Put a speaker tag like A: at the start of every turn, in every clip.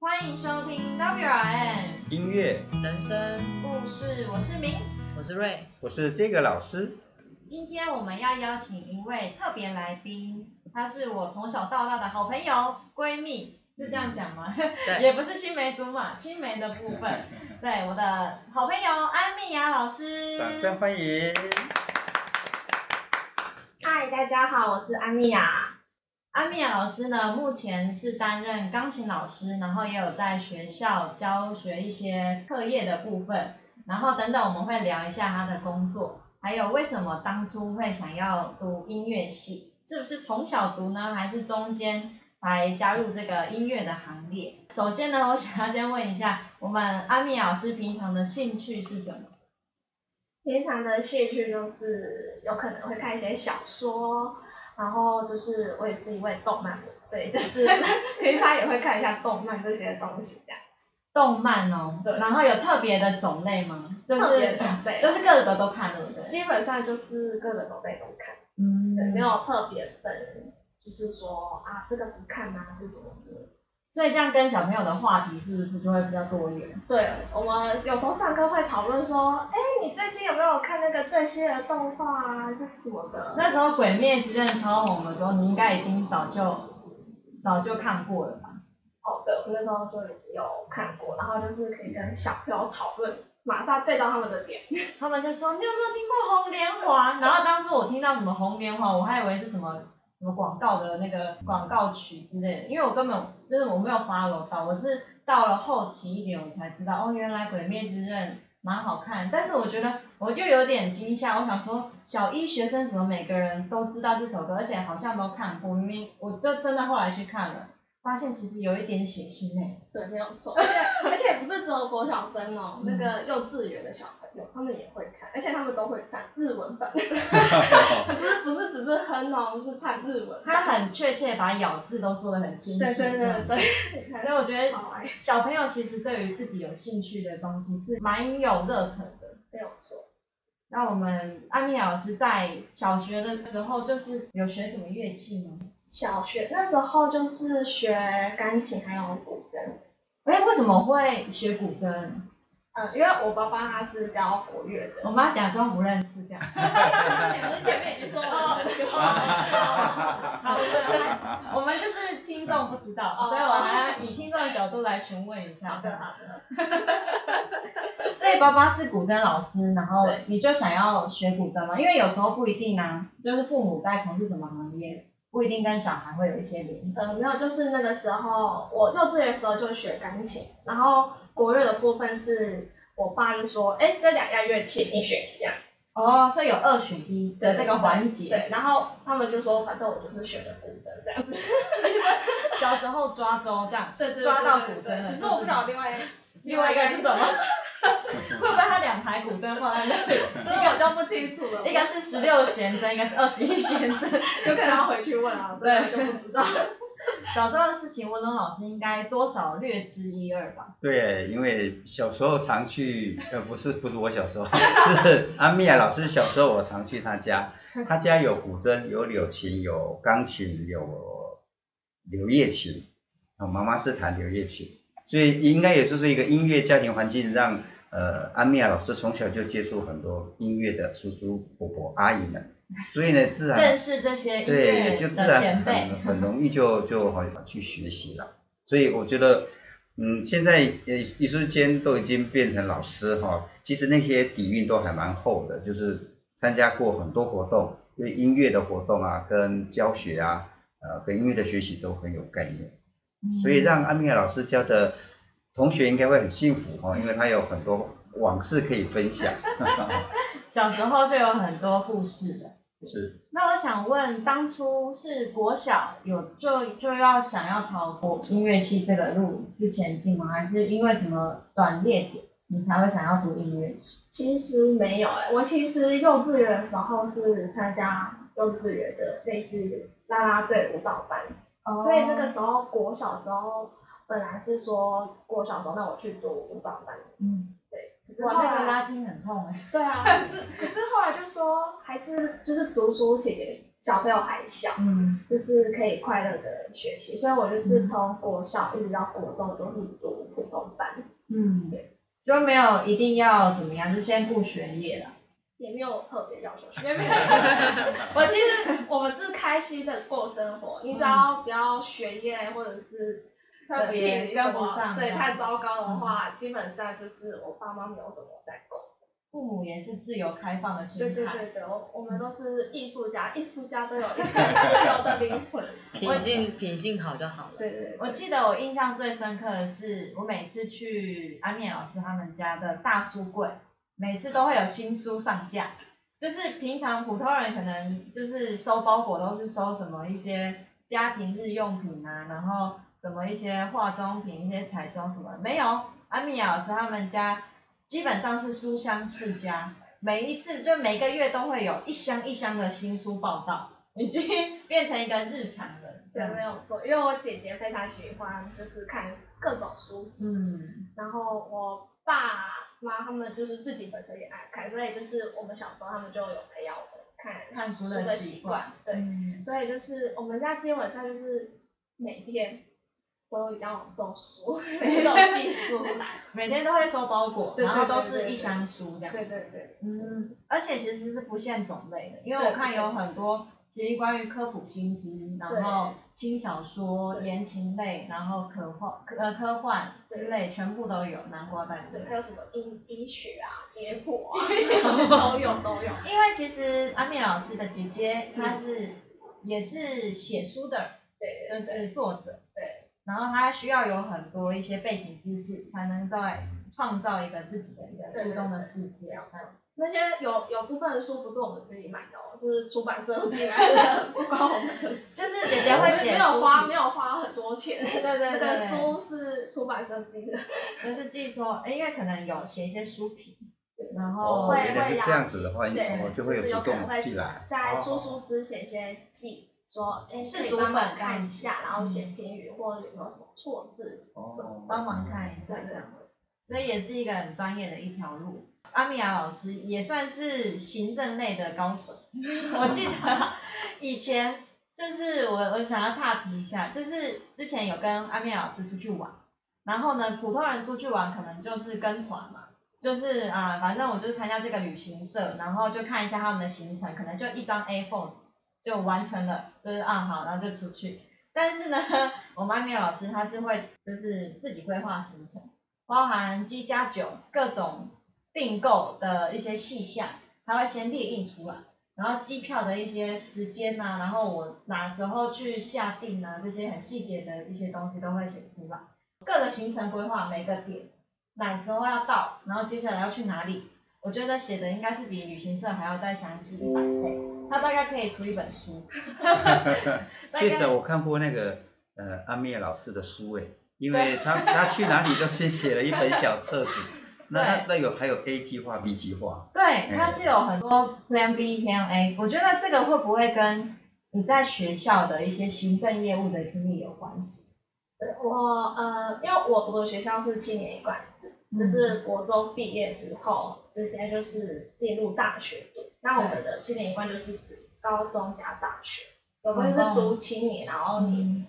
A: 欢迎收听 W R N
B: 音乐，
C: 人生，
A: 故事，我是明。
C: 我是瑞，
B: 我是这个老师。
A: 今天我们要邀请一位特别来宾，她是我从小到大的好朋友、闺蜜，是这样讲吗？
C: 对，
A: 也不是青梅竹马，青梅的部分。对，我的好朋友安蜜雅老师。
B: 掌声欢迎。
A: 嗨，大家好，我是安米娅。安米娅老师呢，目前是担任钢琴老师，然后也有在学校教学一些课业的部分，然后等等我们会聊一下她的工作，还有为什么当初会想要读音乐系，是不是从小读呢，还是中间来加入这个音乐的行列？首先呢，我想要先问一下，我们安米娅老师平常的兴趣是什么？
D: 平常的兴趣就是有可能会看一些小说，然后就是我也是一位动漫迷，所以就是平常也会看一下动漫这些东西这样。
A: 动漫哦，
D: 对
A: 然后有特别的种类吗？就是
D: 特别的对
A: 就是各个都看，对不对？
D: 基本上就是各个种类都看，
A: 嗯
D: 对，没。有特别分，就是说啊这个不看啊这怎么的。
A: 所以这样跟小朋友的话题是不是就会比较多元？
D: 对，我们有时候上课会讨论说，哎，你最近有没有看那个最新的动画啊，还是什么的？
A: 那时候《鬼灭之刃》超红的时候，你应该已经早就早就看过了吧？
D: 哦，对，我那时候就已经有看过，然后就是可以跟小朋友讨论，马上背到他们的点。
A: 他们就说你有没有听过红莲华？然后当时我听到什么红莲华，我还以为是什么什么广告的那个广告曲之类的，因为我根本就是我没有 follow 到，我是到了后期一点我才知道，哦，原来《鬼灭之刃》蛮好看，但是我觉得我又有点惊吓，我想说小一学生怎么每个人都知道这首歌，而且好像都看过，明明我就真的后来去看了，发现其实有一点血腥哎、
D: 对，没有错，而且而且不是只有国小生哦，那个幼稚园的小朋友他们也会看，而且他们都会唱日文 版，不是不是只是哼哦，是唱日文
A: 他
D: 版。
A: 很确切把咬字都说得很清楚，
D: 对对对对，
A: 所以我觉得
D: 好玩
A: 小朋友其实对于自己有兴趣的东西是蛮有热忱的。
D: 没有错。
A: 那我们安妮老师在小学的时候就是有学什么乐器吗？
D: 小学那时候就是学钢琴还有古筝，
A: 哎，为什么会学古筝？
D: 嗯，因为我爸爸他是教国乐的
A: 我，妈假装不认识这样。
D: 你不是前面已经说我是那 个
A: 好的，我们就是听众不知道，所以我还要以听众的角度来询问一下。
D: 的哦好的，
A: 所以爸爸是古筝老师，然后
D: 对
A: 你就想要学古筝吗？因为有时候不一定啊，就是父母在从事什么行业，不一定跟小孩会有一些联系。
D: 呃，没有，就是那个时候我幼稚园的时候就学钢琴，然后国乐的部分是我爸就说，哎，这两样乐器你选一样，
A: 哦，所以有二选一的这个环节。
D: 对，然后他们就说，反正我就是选的古筝这样子，
A: 小时候抓周这样，
D: 对对
A: 抓到古筝了。
D: 只是我不知道另 外，
A: 另外一个是什 么，会不会他两排古筝放在那里？
D: 这个我就不清楚 了，
A: 一个是十六弦筝，一个是二十一弦筝。
D: 有可能要回去问啊，
A: 对
D: 对，就不知道，
A: 小时候的事情，文龙老师应该多少略知一二 吧？
B: 对，因为小时候常去，呃，不是不是我小时候， 是阿米亚老师小时候我常去他家，他家有古筝，有柳琴，有钢琴，有柳叶琴，我妈妈是弹柳叶琴，所以应该也就是一个音乐家庭环境让。呃，阿米亚老师从小就接触很多音乐的叔叔、伯伯、阿姨们，所以呢，自然
A: 认识这些音
B: 对，
A: 乐
B: 就自
A: 的
B: 然
A: 前辈
B: 很。很容易就就好去学习了。所以我觉得，嗯，现在呃一瞬间都已经变成老师哈、其实那些底蕴都还蛮厚的，就是参加过很多活动，对音乐的活动啊，跟教学啊，呃，跟音乐的学习都很有概念。所以让安米尔老师教的同学应该会很幸福哈、因为他有很多往事可以分享。
A: 小时候就有很多故事的。
B: 是，
A: 那我想问，当初是国小有就就要想要朝国音乐系这个路去前进吗？还是因为什么转捩点，你才会想要读音乐系？
D: 其实没有哎、我其实幼稚园的时候是参加幼稚园的类似啦啦队舞蹈班，哦所以那个时候国小时候本来是说国小时候让我去读舞蹈班，
A: 嗯，
D: 对，
A: 哇，那个拉筋很痛哎、
D: 对啊， 可是可是后来就说还是就是读书期间小朋友还小，
A: 嗯，
D: 就是可以快乐的学习，所以我就是从国小一直到国中都是读普通班，
A: 嗯，就没有一定要怎么样，就先顾学业了。
D: 也没有特别要求学。
A: 也没有，
D: 我其实我们是开心的过生活，你只要不要学业或者是
A: 特别
D: 人品什么
A: 跟不上
D: 对
A: 这样
D: 太糟糕的话，基本上就是我爸妈没有怎么在管。
A: 父母也是自由开放的心
D: 对
A: 态，
D: 对对对，我我们都是艺术家，艺术家都有一个自由的灵魂。
C: 品性品性好就 好了。
D: 对对对，
A: 我记得我印象最深刻的是，我每次去安念老师他们家的大书柜，每次都会有新书上架。就是平常普通人可能就是收包裹都是收什么一些家庭日用品啊，然后什么一些化妆品、一些彩妆什么，没有。安米亚老师他们家基本上是书香世家，每一次就每个月都会有一箱一箱的新书报道，已经 变成一个日常了。这
D: 对
A: 样
D: 没有错，因为我姐姐非常喜欢就是看各种书籍，
A: 嗯。
D: 然后我爸妈他们就是自己本身也爱看，所以就是我们小时候他们就有培养我们看
A: 看书
D: 的
A: 的
D: 习
A: 习
D: 惯
A: 惯，
D: 对，
A: 嗯
D: 所以就是我们家基本上就是每天都要送书， 每天都有寄书 来，
A: 每天都会收包裹，
D: 对对
A: 然后都
D: 对对
A: 是
D: 对
A: 一箱书这样。
D: 对对对。
A: 嗯，而且其实是不限种类的，因为我看有很多其实关于科普新知，然后轻小说、
D: 对
A: 言情类，然后科幻、科呃科幻之类，全部都有，南瓜蛋
D: 对，
A: 对。
D: 还有什么医医学啊、解剖 啊，都有都有。
A: 因为其实阿面老师的姐
D: 嗯
A: 姐她是也是写书的，
D: 对
A: 就
D: 对对，
A: 是作者，
D: 对，
A: 然后她需要有很多一些背景知识，才能在创造一个自己的一个书中的世界。
D: 没有
A: 这样
D: 错。那些有有部分的书不是我们自己买的哦，是出版社寄来 的，不关我们的事。
A: 就是姐姐会写
D: 没
A: 书
D: 有花
A: 评
D: 没有花很多钱，
A: 对对对
D: 那
A: 对
D: 个书是出版社寄的，
A: 就是记说，哎，因为可能有写一些书评，然后
B: 哦
D: 会
B: 原来
D: 会
B: 是
D: 邀
B: 这样
D: 请
B: 子的话
D: 对，
B: 哦就会有
D: 是有
B: 主
D: 可能
B: 动
D: 会
B: 寄来
D: 在
B: 哦
D: 出书之前先寄。说，哎，
A: 试
D: 可以
A: 读
D: 帮忙
A: 本这样
D: 看一
A: 子
D: 下，然后写评语或者有没有什么错字，
B: 嗯哦
A: 帮忙看一
D: 对
A: 下这
D: 对
A: 样，所以也是一个很专业的一条路。阿米亚老师也算是行政类的高手， 我记得以前就是我我想要岔题一下，就是之前有跟阿米亚老师出去玩，然后呢，普通人出去玩可能就是跟团嘛，就是啊、反正我就参加这个旅行社，然后就看一下他们的行程，可能就一张 A4 纸就完成了，就是啊好，然后就出去。但是呢，我们安米老师他是会就是自己规划行程，包含机加酒各种订购的一些细项，他会先列印出来，然后机票的一些时间呐、然后我哪时候去下订啊，这些很细节的一些东西都会写出来，各个行程规划每个点，哪时候要到，然后接下来要去哪里，我觉得写的应该是比旅行社还要再详细一百倍，他大概可以出一本书。大
B: 确
A: 概
B: 实啊，我看过那个呃阿灭老师的书诶，因为他他去哪里都先写了一本小册 子，那那那有还有 A 计划、B 计划，
A: 对，它是有很多 Plan B、Plan A。我觉得这个会不会跟你在学校的一些行政业务的经历有关系？
D: 我呃，因为我读的学校是七年一贯制，
A: 嗯
D: 就是国中毕业之后直接就是进入大学读。那我们的七年一贯就是指高中加大学，有的
A: 哦
D: 就是读七年，然后你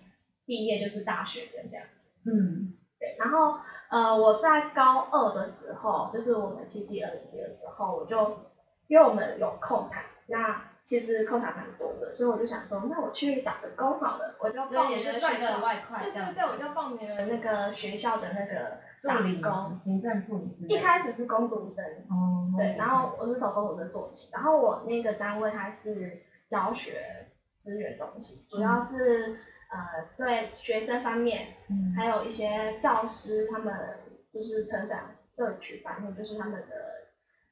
D: 毕业就是大学生这样子。
A: 嗯
D: 对，然后呃，我在高二的时候，就是我们七级二年级的时候，我就因为我们有空堂，那其实空堂蛮多的，所以我就想说，那我去打个工好了，我就报
A: 就
D: 名
A: 也
D: 去
A: 是
D: 赚
A: 赚
D: 钱
A: 个外快
D: 对
A: 这
D: 对
A: 样。
D: 对，我就报名了那个学校的那个
A: 助理
D: 打工，
A: 行政助理之类
D: 一
A: 的。
D: 开始是工读生，
A: 哦。
D: 对，然后我是从工读生做起，然后我那个单位它是教学资源中心，主要是呃对学生方面，
A: 嗯
D: 还有一些教师他们就是成长社区方面，就是他们的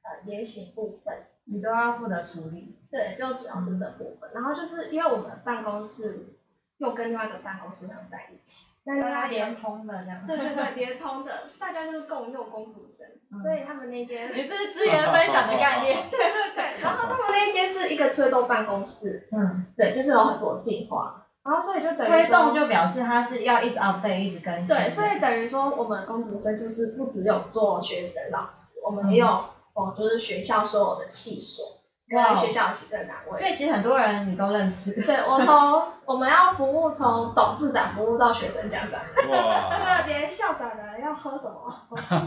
D: 呃言行部分，
A: 你都要负责处理。
D: 对，就主要是这部分。然后就是因为我们办公室又跟另外一个办公室合在一起，那另
A: 跟
D: 外
A: 他
D: 一个
A: 连通的这样。
D: 对对对，连通的，大家就是共用公主生，
A: 嗯
D: 所以他们那间，对
A: 也是资源分享的概念。
D: 对对，然后他们那间是一个最多办公室，
A: 嗯
D: 对，就是有很多进化，然后所以就等于
A: 推
D: 说
A: 动就表示它是要一直 update，一直更新的。
D: 对，所以等于说我们公主生就是不只有做学生老师，我们也有哦，就是学校所有的系所
A: 嗯哇哦
D: 跟学校行政单
A: 所
D: 位。
A: 以其实很多人你都认识。
D: 对我从我们要服务从董事长服务到学生家长，那
B: 哇，
D: 个连校长呢要喝什么？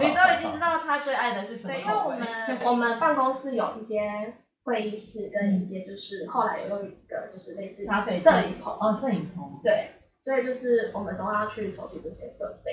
A: 你都已经知道他最爱的是什么
D: 对，因为
A: 口
D: 我
A: 味。
D: 们我们办公室有一间会议室跟一间就是后来有用一个就是类似
A: 嗯茶水
D: 摄影棚，
A: 哦，摄影棚。
D: 对，所以就是我们都要去熟悉这些设备。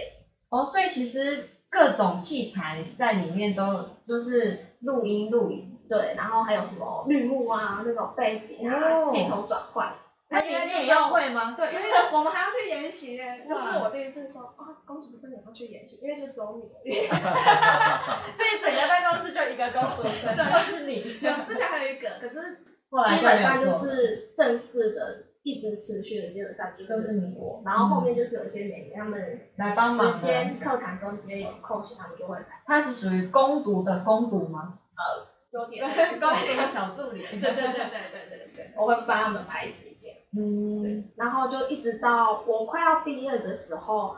A: 哦，所以其实各种器材在里面都就是录音录影。
D: 对，然后还有什么绿幕啊，那种背景啊，
A: 哦
D: 镜头转换。
A: 那你你也会 吗？
D: 对，因为我们还要去研习耶，就是我第一次说啊，公主是你要去研习，因为就只有你而已。
A: 所以整个办公室就一个公主生，就是你。
D: 之前还有一个，可是
A: 后来
D: 基
A: 就
D: 本
A: 没
D: 上
A: 有
D: 就
A: 做了。
D: 是正式的，一直持续的，基本上就
A: 都是
D: 是
A: 你嗯
D: 我。然后后面就是有一些演员，他们
A: 来帮忙
D: 时间
A: 的，
D: 课堂中间有空隙，他们就会来。
A: 他是属于攻读的攻读吗？
D: 有点
A: 攻
D: 对
A: 读的小助 理。
D: 对 对对对对对对，我会帮他们排时间。
A: 嗯，
D: 然后就一直到我快要毕业的时候，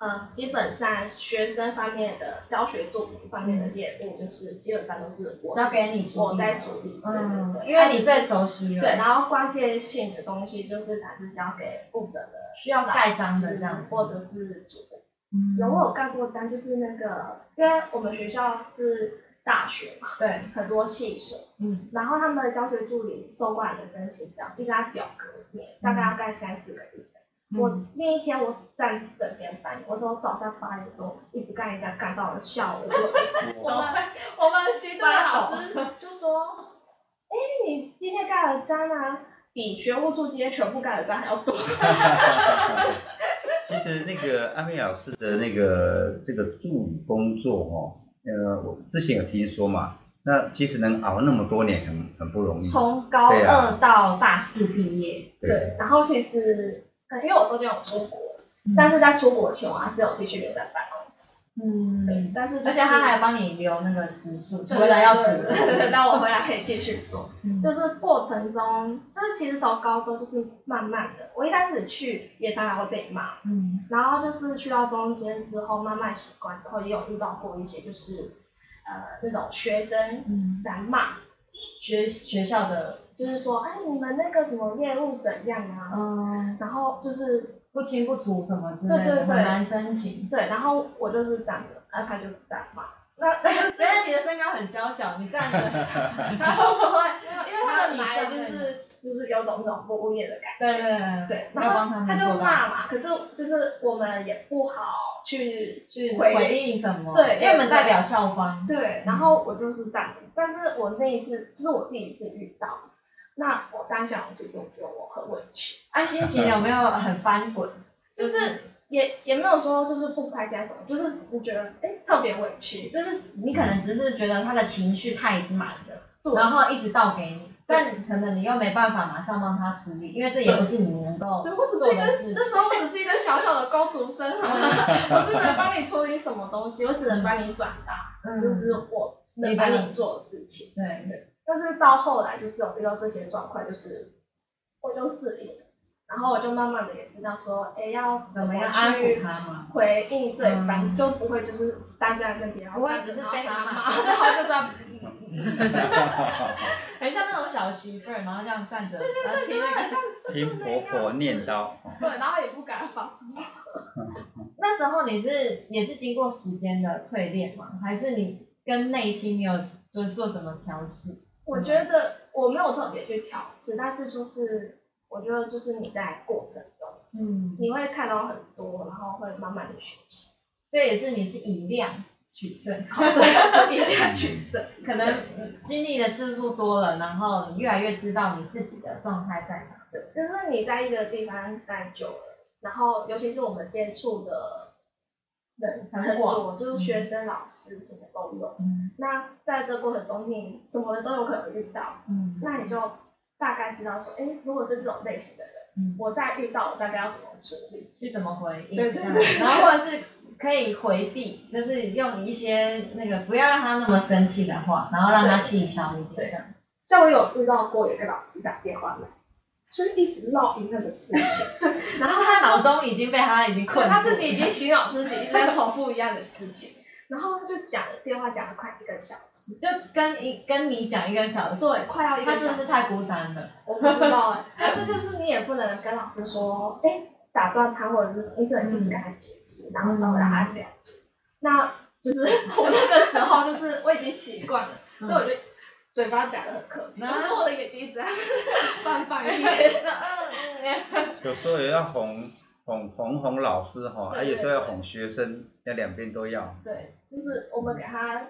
D: 呃，基本上学生方面的教学作品方面的业务，就是基本上都是我
A: 交给你处理
D: 我在处理，对对
A: 嗯，
D: 对，
A: 因为你最熟悉了。
D: 对，然后关键性的东西就是还是交给部门的需要
A: 盖章的这样
D: 或者是主任。
A: 嗯，
D: 有我有盖过章，就是那个，因为我们学校是大学嘛，
A: 对，
D: 很多系所，
A: 嗯，
D: 然后他们的教学助理收过来的申请表，一张表格里面大概要盖三四个字。
A: 嗯
D: 我那一天我站整天班，我从早上八点多一直干一干干到了下午六点。我
B: 哇
D: 们我们行政老师就说：“哎，你今天盖了章啊，比学务处今天全部盖的章还要多。
B: 其实那个阿妹老师的那个这个助理工作哦，呃，我之前有听说嘛，那其实能熬那么多年很很不容易。
A: 从高
B: 对啊
A: 二到大四毕业，”
D: 对，然后其实呃因为我中间有出国，
A: 嗯
D: 但是在出国前我还是有继续留在办公室。对
A: 嗯，，
D: 但是就是
A: 而且他还帮你留那个时数，
D: 对
A: 回来要补
D: 对对对对让我回来可以继续做。
A: 嗯
D: 就是过程中，就是其实从高中就是慢慢的，我一开始去也常常会被骂，
A: 嗯，
D: 然后就是去到中间之后，慢慢习惯之后，也有遇到过一些就是呃那种学生
A: 嗯
D: 来骂，
A: 学学校的，
D: 就是说哎你们那个什么业务怎样啊，
A: 嗯，
D: 然后就是
A: 不清不楚什么之类
D: 对
A: 的，
D: 对对
A: 很难申请。
D: 对，然后我就是这样子，然后他就这样骂，那
A: 虽然你的身高很娇小，你站着，他会不会？
D: 没有，因为他们来的就是就是有种那种服务业的感觉，
A: 对对
D: 对，
A: 要帮
D: 然
A: 他
D: 后
A: 们
D: 他就
A: 做到
D: 骂嘛，可是就是我们也不好去
A: 去
D: 回
A: 回应什么？
D: 对
A: 因为我们
D: 对
A: 代表校方，
D: 对，然后我就是这样子，但是我那一次就是我第一次遇到，那我当下我其实我觉得我很委屈，
A: 安心情有没有很翻滚？
D: 就是
A: 嗯
D: 也也没有说就是不开心啊什么，就是只是觉得哎特别委屈，
A: 就是你可能只是觉得他的情绪太满了，
D: 对
A: 然后一直倒给你，但可能你又没办法马上帮他处理，因为这也不是你能够
D: 对我只
A: 做
D: 是一
A: 的
D: 个
A: 事
D: 那
A: 情。
D: 时候我只是一个小小的高中生， 好吗我只能帮你处理什么东西，我只能帮你转达，就
A: 嗯，
D: 是我能帮你做的事情。
A: 对，
D: 但是到后来就是有遇到这些状况，就是我就适应了，然后我就慢慢的也知道说，哎，要
A: 怎么样
D: 去
A: 安抚他嘛？
D: 回应对方，
A: 嗯
D: 就不会就是大家跟别人，
A: 不会只是被 他骂，
D: 然后
A: 然后就这样，很像那种小媳妇儿，然后这样站着，然后听那个。
B: 听婆婆念叨，哦
D: 对，然后也不敢反驳。
A: 那时候你是也是经过时间的淬炼吗？还是你跟内心你有做做什么调试？
D: 我觉得我没有特别去调试，但是就是我觉得就是你在过程中，
A: 嗯，
D: 你会看到很多，然后会慢慢的学习，
A: 所以也是你是以量取 胜，
D: 对，一定要取胜。
A: 可能经历的次数多了，然后你越来越知道你自己的状态在哪。
D: 对，就是你在一个地方待久了，然后尤其是我们接触的人很多，就是学生、老师什么都有。
A: 嗯
D: 那在这过程中，你什么人都有可能遇到，
A: 嗯
D: 那你就大概知道说，哎，如果是这种类型的人，
A: 嗯，
D: 我再遇到我大概要怎么处理？
A: 去怎么回应？
D: 对对
A: 对。然后或者是可以回避，就是用一些那个不要让他那么生气的话，然后让他气消一点。
D: 像我有遇到过有一个老师打电话来，就是一直绕赢那个事情，
A: 然后他脑中已经被他已经困住，
D: 他自己已经洗脑自己，一直在重复一样的事情， 然后他就讲了电话讲了快一个小时，
A: 就跟一跟你讲一个小时，
D: 对，，快要一
A: 他
D: 个
A: 是
D: 小
A: 不是
D: 时，
A: 太孤单了？
D: 我不知道哎、 但是就是你也不能跟老师说，哎、打断他，或者是哎你只能一直跟他解释，然后稍微让他了解。那就是 我那个时候就是我已经习惯了，所以我就嘴巴讲的很客气，
A: 嗯
D: 可是我的眼睛一直在 翻白眼。
A: 嗯
B: 有时候也要哄哄哄哄老师哈，还、
D: 对
B: 有时候要哄学生，要两边都要。
D: 对，就是我们给他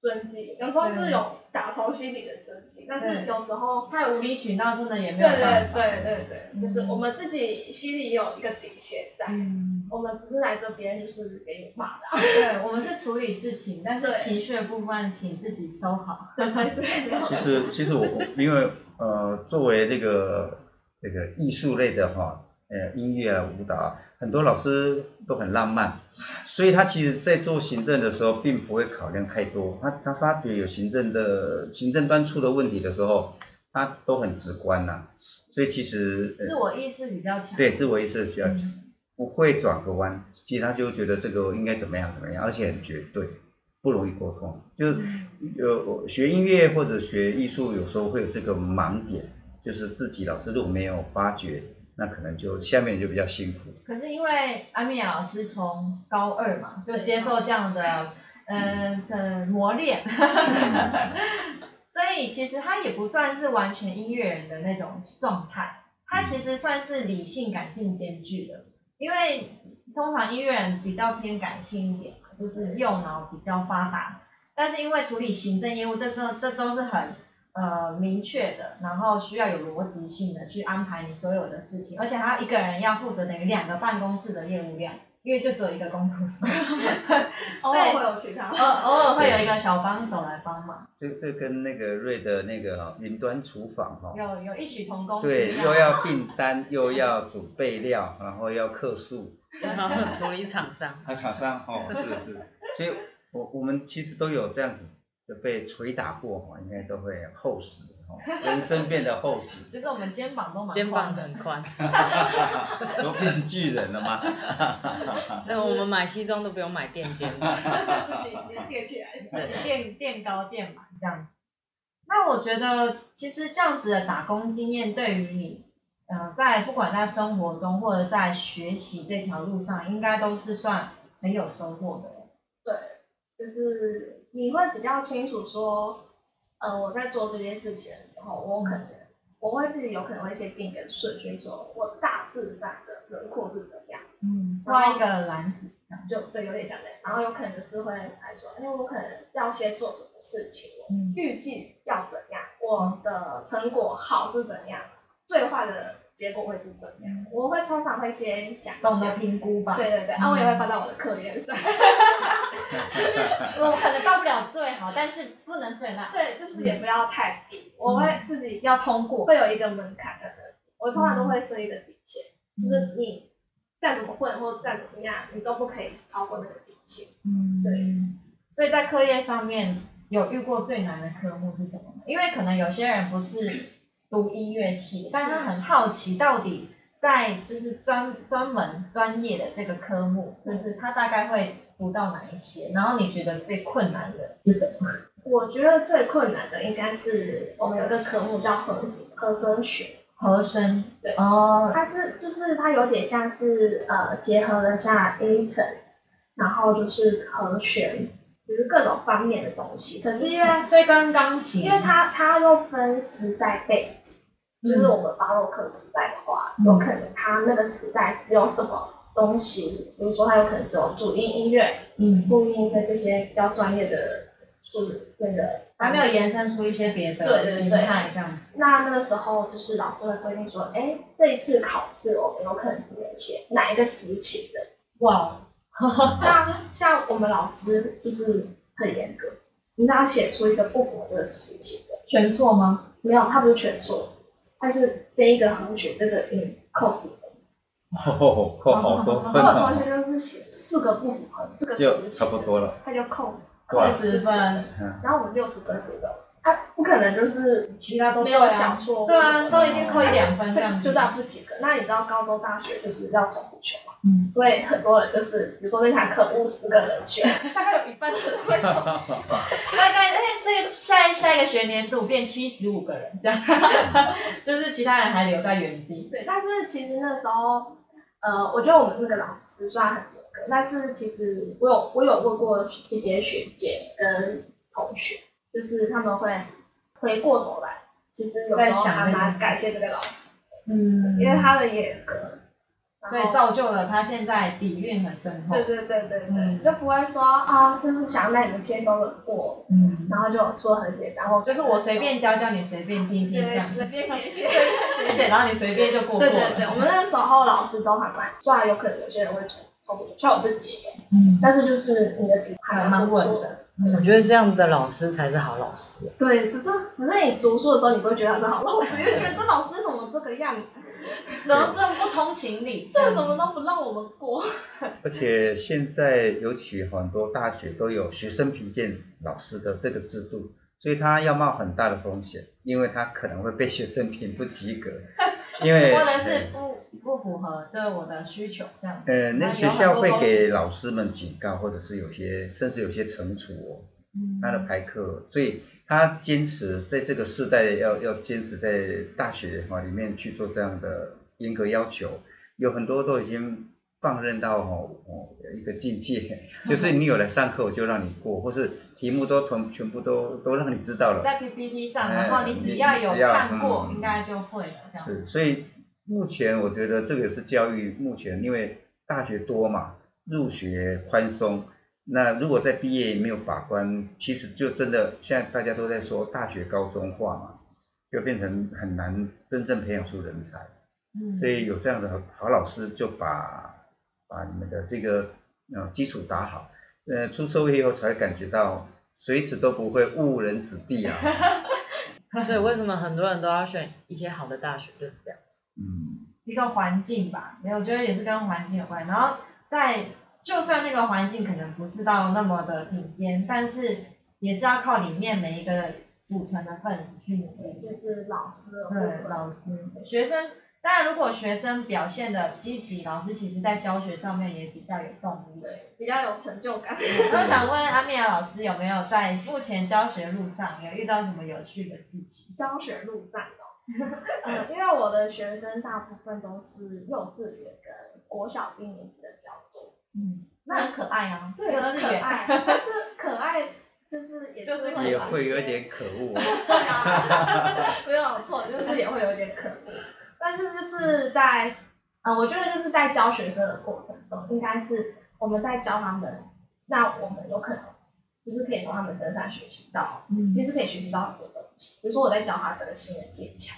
D: 尊敬，有时候是有打从心里的尊敬，但是
A: 对
D: 有时候。
A: 太无理取闹，真的也没
D: 对
A: 有办
D: 对
A: 法。
D: 对对对，就是
A: 嗯
D: 我们自己心里有一个底线在，
A: 嗯，
D: 我们不是来这边就是给你骂的啊。
A: 对，我们是处理事情，但是
D: 对
A: 情绪的部分请自己收好。
D: 对对 对。
B: 其实其实我我因为呃作为这个这个艺术类的哈，呃音乐啊舞蹈啊，很多老师都很浪漫，所以他其实在做行政的时候，并不会考量太多。他他发觉有行政的行政端出的问题的时候，他都很直观呐、所以其实、
A: 自
B: 呃、
A: 我意识比较强。
B: 对自我意识比较强，
A: 嗯
B: 不会转个弯，其实他就觉得这个应该怎么样怎么样，而且很绝对，不容易沟通。就是呃，我学音乐或者学艺术，有时候会有这个盲点，就是自己老师如果没有发觉，那可能就下面就比较辛苦。
A: 可是因为阿米亚老师从高二嘛，就接受这样的嗯这磨 练，所以其实他也不算是完全音乐人的那种状态，他其实算是理性感性兼具的，因为通常音乐人比较偏感性一点嘛，就是右脑比较发达，但是因为处理行政业务，这都这都是很呃明确的，然后需要有逻辑性的去安排你所有的事情，而且他一个人要负责等于两个办公室的业务量，因为就只有一个工作 室，哦
D: 偶尔会有 其他。
A: 偶偶尔会有一个小帮手来帮忙，
B: 这这跟那个瑞的那个哦云端厨房哈、
A: 有有异曲同工之
B: 对，
A: 妙。
B: 又要订单，又要准备料，然后要客诉，
C: 然后处理厂商，
B: 啊，厂商哦，是是，所以我我们其实都有这样子的被捶打过哈，应该都会厚实哈，哦人生变得厚实，
A: 其实我们肩膀都蛮宽
C: 肩膀很宽。
B: 都变巨人了吗？
C: 那我们买西装都不用买垫肩的，
D: 自己已经垫起来。
A: 垫垫高垫满这样。那我觉得其实这样子的打工经验对于你，呃，在不管在生活中或者在学习这条路上，应该都是算很有收获的。
D: 对，就是你会比较清楚说，呃，我在做这件事情的时候，我可
A: 嗯
D: 能我会自己有可能会先定一个顺序，说我大致上的轮廓是怎么样，
A: 嗯，画一个蓝图。
D: 就对，有点像那样。然后有可能就是会来说，哎，我可能要先做什么事情，我
A: 嗯
D: 预计要怎样，我的成果好是怎样，最坏的结果会是怎样。我会通常会先想一
A: 懂得
D: 下。
A: 嗯评估吧，嗯
D: 对对对，啊，我也会放到我的课业上。
A: 我可能到不了最好，但是不能最烂。
D: 对，就是
A: 嗯
D: 也不要太低，我会自己要通过，会有一个门槛的。我通
A: 嗯
D: 常都会设一个底线，就是你再怎么混或再怎么样，你都不可以超过那个底线。
A: 嗯
D: 对。
A: 所以在课业上面有遇过最难的科目是什么呢？因为可能有些人不是读音乐系，但他很好奇到底在就是专专门专业的这个科目，就是他大概会读到哪一些？然后你觉得最困难的是什么？
D: 我觉得最困难的应该是我们有一个科目叫和和声学，
A: 和声。
D: 对
A: 哦，
D: 它是就是它有点像是呃结合了下音程，然后就是和弦，就是各种方面的东西。可是因为
A: 所以跟钢琴，
D: 因为它它又分时代背景，就是我们巴洛克时代的话，有可能它那个时代只有什么东西，比如说它有可能只有主音音乐、
A: 嗯，
D: 副音音乐这些比较专业的术语那个，
A: 还没有延伸出一些别
D: 对
A: 的
D: 对对
A: 形态这样子。
D: 那那个时候就是老师会规定说，哎，这一次考试我们有可能只能写哪一个时期的。
A: 哇，
D: 那像我们老师就是很严格，你只要写出一个不符合这个时期的，
A: 全错吗？
D: 没有，它不是全错，它是这一个横学这个嗯音扣十分。
B: 哦，扣好多分
D: 然后我同
B: 哦，
D: 学就是写四个不符合这个时
B: 就
D: 期，
B: 差不多了。
D: 他就扣
B: 哇
D: 扣十
A: 十分
D: 分，
B: 嗯，
D: 然后我们六十分左右，啊，不可能就是
E: 其他都
D: 没
E: 对
D: 有
E: 啊
D: 想。错，
A: 对啊，都一定扣一两分这样
D: 这
A: 子。
D: 就到不及格。那你知道高中、大学就是要转不全嘛？
A: 嗯
D: 所以很多人就是，比如说那堂课五十个人选，大概有一半的人会转不全。
A: 大概哎，这个下一下一个学年度变七十五个人这样，就是其他人还留在原地。
D: 对，但是其实那时候，呃，我觉得我们那个老师虽然很严格，但是其实我有我有问过一些学姐跟同学，就是他们会回过头来，其实有
A: 在
D: 时候
A: 想那
D: 还
A: 个
D: 蛮感谢这个老师，
A: 嗯
D: 因为他的严格，然
A: 所以
D: 后
A: 造就了他现在底蕴很深厚
D: 对。对对对对，
A: 嗯
D: 就不会说啊，就是想让你们轻松的过，
A: 嗯，
D: 然后就说很简单，我
A: 就是我随便教教你，随便听听这
D: 对
A: 样。
D: 随便 写写。
A: 谢谢，然后你随便就过过
D: 对
A: 了。
D: 对对，我们那时候老师都还蛮，虽然有可能有些人会冲不像我自己也有，
A: 嗯，
D: 但是就是你的底还蛮不
A: 蛮
D: 错
A: 稳
D: 的。
C: 我觉得这样的老师才是好老师。
D: 对，只是只是你读书的时候，你不会觉得他是好老师，你 就觉得这老师怎么这个样子，
A: 怎么这么不通情理？
D: 这个怎么都不让我们过。
B: 而且现在尤其很多大学都有学生评鉴老师的这个制度，所以他要冒很大的风险，因为他可能会被学生评不及格，因为
A: 或者是不不符合这我的需求这样。
B: 呃，那学校会给老师们警告，或者是有些甚至有些惩处哦，他
A: 嗯
B: 的排课，所以他坚持在这个时代要要坚持在大学哈里面去做这样的严格要求，有很多都已经放任到哦哦一个境界， 就是你有来上课我就让你过，或是题目都同全部都都让你知道了，
A: 在 PPT 上，
B: 哎
A: 然后你只要有
B: 你只要
A: 看过，
B: 嗯
A: 应该就会了这样。
B: 是，所以目前我觉得这个是教育目前因为大学多嘛，入学宽松，那如果在毕业没有把关，其实就真的现在大家都在说大学高中化嘛，就变成很难真正培养出人才。
A: 嗯
B: 所以有这样的好老师，就把把你们的这个呃基础打好，呃，出社会以后才会感觉到随时都不会误人子弟 啊。
C: 所以为什么很多人都要选一些好的大学就是这样子？
B: 嗯，
A: 一个环境吧，没有我觉得也是跟环境有关。然后在就算那个环境可能不是到那么的顶尖，但是也是要靠里面每一个组成的分子去努力。
D: 就是老师的部
A: 对，
D: 分，
A: 老师、学生，当然如果学生表现的积极，老师其实在教学上面也比较有动力。
D: 对，比较有成就 感。
A: 我想问阿米亚老师有没有在目前教学路上有遇到什么有趣的事情？
D: 教学路上哦，嗯，因为我的学生大部分都是幼稚园跟国小低年级的比较多，
A: 嗯，那很可爱啊，
D: 对，
A: 幼
D: 很
A: 稚
D: 可
A: 园，
D: 爱，但是可爱就是也
A: 就是
D: 会
B: 也
D: 有一
B: 会有
D: 些
B: 点可恶、哦
D: 对啊， 没有错，就是也会有点可恶，但是就是在，呃，我觉得就是在教学生的过程中，应该是我们在教他们，那我们有可能就是可以从他们身上学习到，
A: 嗯
D: 其实可以学习到很多东西，比如说我在教他这个新的技巧，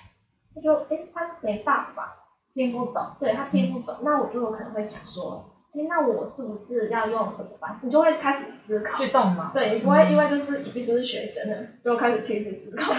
D: 他就诶，他没办法，听不懂，对他听不懂，那我就有可能会想说，诶，那我是不是要用什么办法？你就会开始思考，
A: 去嗯动嘛，
D: 对，你不会因为就是已经不是学生了，就开始停止 思考。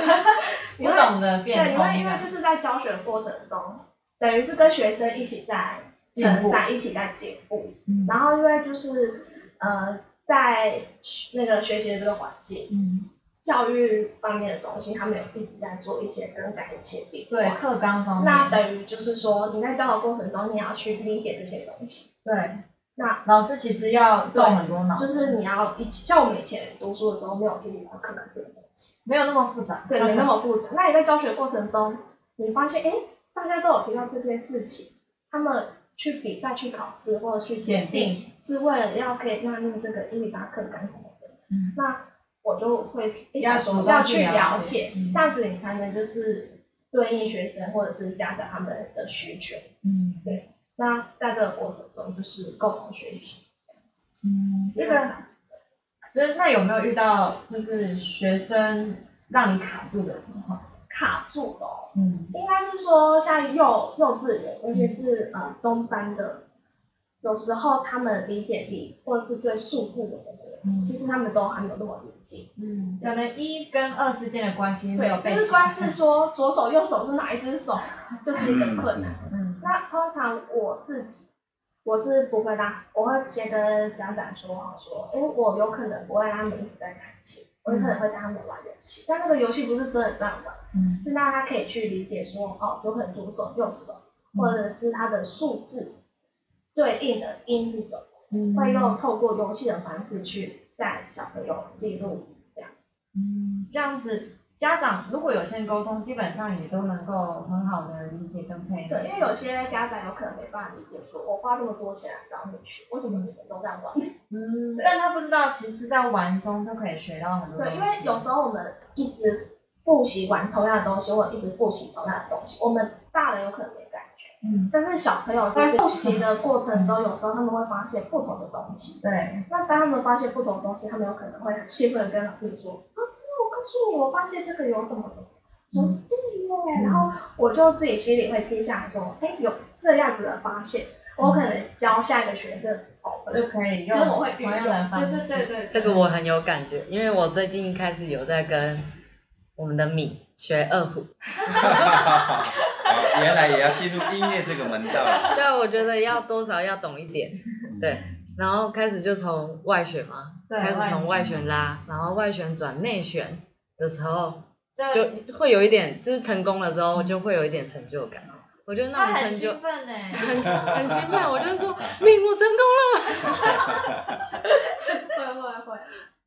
D: 你
A: 不
D: 会
A: 懂得
D: 对，
A: 变
D: 你
A: 通
D: 会因为
A: 的，
D: 就是在教学的过程中，等于是跟学生一起在成长，一起在进步。
A: 嗯
D: 然后因为就是呃，在学那个学习的这个环境，
A: 嗯，
D: 教育方面的东西，他们有一直在做一些更改、一些变
A: 对，
D: 化。
A: 课纲方面，
D: 那等于就是说，你在教的过程中，你也要去理解这些东西。
A: 对，
D: 那
A: 老师其实要动很多脑，
D: 就是你要一起，像我们以前读书的时候，没有一起课本这个东西。
A: 没有那么复杂，
D: 对，没那么复杂。那你在教学过程中，你发现哎，诶大家都有提到这件事情，他们去比赛、去考试或者去
A: 检
D: 检定，
A: 定，
D: 是为了要可以纳入这个英语八课纲什么的。
A: 嗯
D: 那我就会诶
A: 要
D: 想说
A: 主动
D: 要
A: 去
D: 去
A: 了
D: 了解
A: 解嗯，
D: 这样子你才能就是对应学生或者是家长他们的需求。
A: 嗯
D: 那在这个过程中，就是共同学习。
A: 嗯，这个，就是那有没有遇到就是学生让你卡住的情况？
D: 卡住的、哦，
A: 嗯，
D: 应该是说像幼幼稚园，尤其是呃中班的，有时候他们理解力或者是对数字的能力，
A: 嗯
D: 其实他们都还没有那么理解。
A: 嗯，可能一跟二之间的关系没有
D: 对，
A: 被
D: 就是
A: 清
D: 光是说左手右手是哪一只手，就是一个困难。
A: 嗯
D: 那通常我自己我是不会让，我会先跟家长说好说，因为我有可能不会让他们一直在弹琴，我就可能会跟他们玩游戏，但那个游戏不是真的让玩，
A: 嗯
D: 是让他可以去理解说，哦，有可能左手、右手，或者是它的数字对应的音是什么，
A: 嗯
D: 会用透过游戏的方式去带小朋友记录。
A: 嗯，这样子家长如果有先沟通，基本上也都能够很好的理解跟配合。
D: 对，因为有些家长有可能没办法理解说，我花这么多钱来找你去，为什么你们都在玩？
A: 嗯，但他不知道，其实在玩中就可以学到很多东
D: 对，
A: 西。
D: 因为有时候我们一直复习玩同样的东西，或者一直复习同样的东西，我们大人有可能没感觉，
A: 嗯，
D: 但是小朋友在复习的过程中，有时候他们会发现不同的东西。
A: 对，
D: 那当他们发现不同的东西，他们有可能会很气愤地跟老师说：“老师，我告诉你，我发现这个有什么什么。”说
A: 嗯
D: 对耶，然后我就自己心里会记下来说：“哎，有这样子的发现。”我可能教下一个学生的时候，我就
A: 就可以
D: 就
A: 用
D: 是我会运
A: 同
D: 用。
A: 样的方式。
D: 对对对对，
C: 这个我很有感觉，因为我最近开始有在跟我们的米学二胡，
B: 哦原来也要进入音乐这个门道。
C: 对，啊我觉得要多少要懂一点，对，然后开始就从外旋嘛，
A: 对
C: 开始从
B: 外
C: 外
B: 旋
C: 旋拉，然后外旋转内旋的时候，
A: 就
C: 就会有一点，就是成功了之后就会有一点成就感，我觉得
A: 他
C: 那种
A: 很
C: 成就
A: 兴奋呢。
C: 很很兴奋，我就说米我成功了，
D: 会会 会。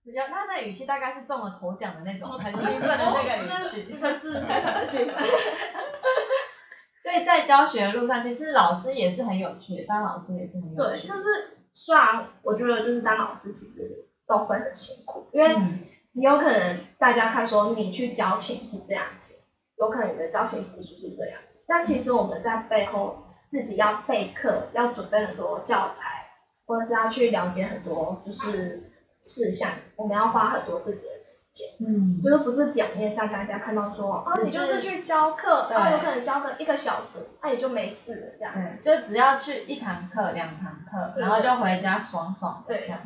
A: 比较他的语气大概是中了头奖的那种，很兴奋的那个语气。
D: 这个字很兴奋。
A: 所以在教学的路上，其实老师也是很有趣，当老师也是很有
D: 对，
A: 趣。
D: 就是虽然我觉得就是当老师其实都会很辛苦，因为
A: 嗯
D: 你有可能大家看说你去矫情是这样子，有可能你的矫情时数是这样子，但其实我们在背后自己要备课，要准备很多教材，或者是要去了解很多就是事项，我们要花很多自己的时间。
A: 嗯，
D: 就是不是表面上大家看到说啊，你就是去教课，
A: 对
D: 啊，有可能教个一个小时，那、你就没事了这样子。
A: 对，嗯就只要去一堂课、两堂课，
D: 对
A: 然后就回家爽爽的这
D: 对
A: 样。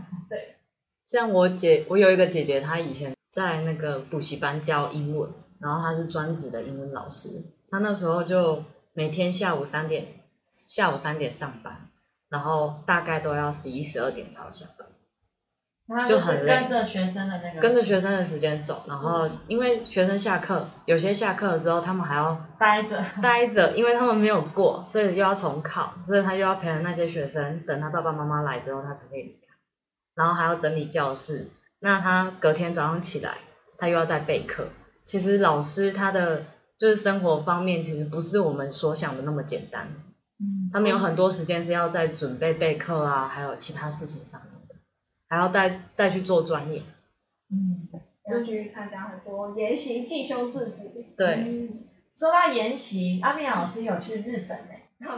C: 像我姐，我有一个姐姐，她以前在那个补习班教英文，然后她是专职的英文老师，她那时候就每天下午三点，下午三点上班，然后大概都要十一十二点才会下班，
A: 然后
C: 就是很累
A: 跟着学生的那个，
C: 跟着学生的时间走，然后
A: 嗯
C: 因为学生下课，有些下课了之后，他们还要
A: 待着。
C: 待着，因为他们没有过，所以又要重考，所以他又要陪着那些学生，等他爸爸妈妈来之后，他才可以离开。然后还要整理教室，那他隔天早上起来，他又要再备课。其实老师他的就是生活方面，其实不是我们所想的那么简单，
A: 嗯
C: 他们有很多时间是要在准备备课啊，还有其他事情上面的，还要再再去做专业。
A: 嗯，
D: 要去参加很多研习进修自己。
C: 对，
A: 嗯说到研习，阿米老师有去日本诶、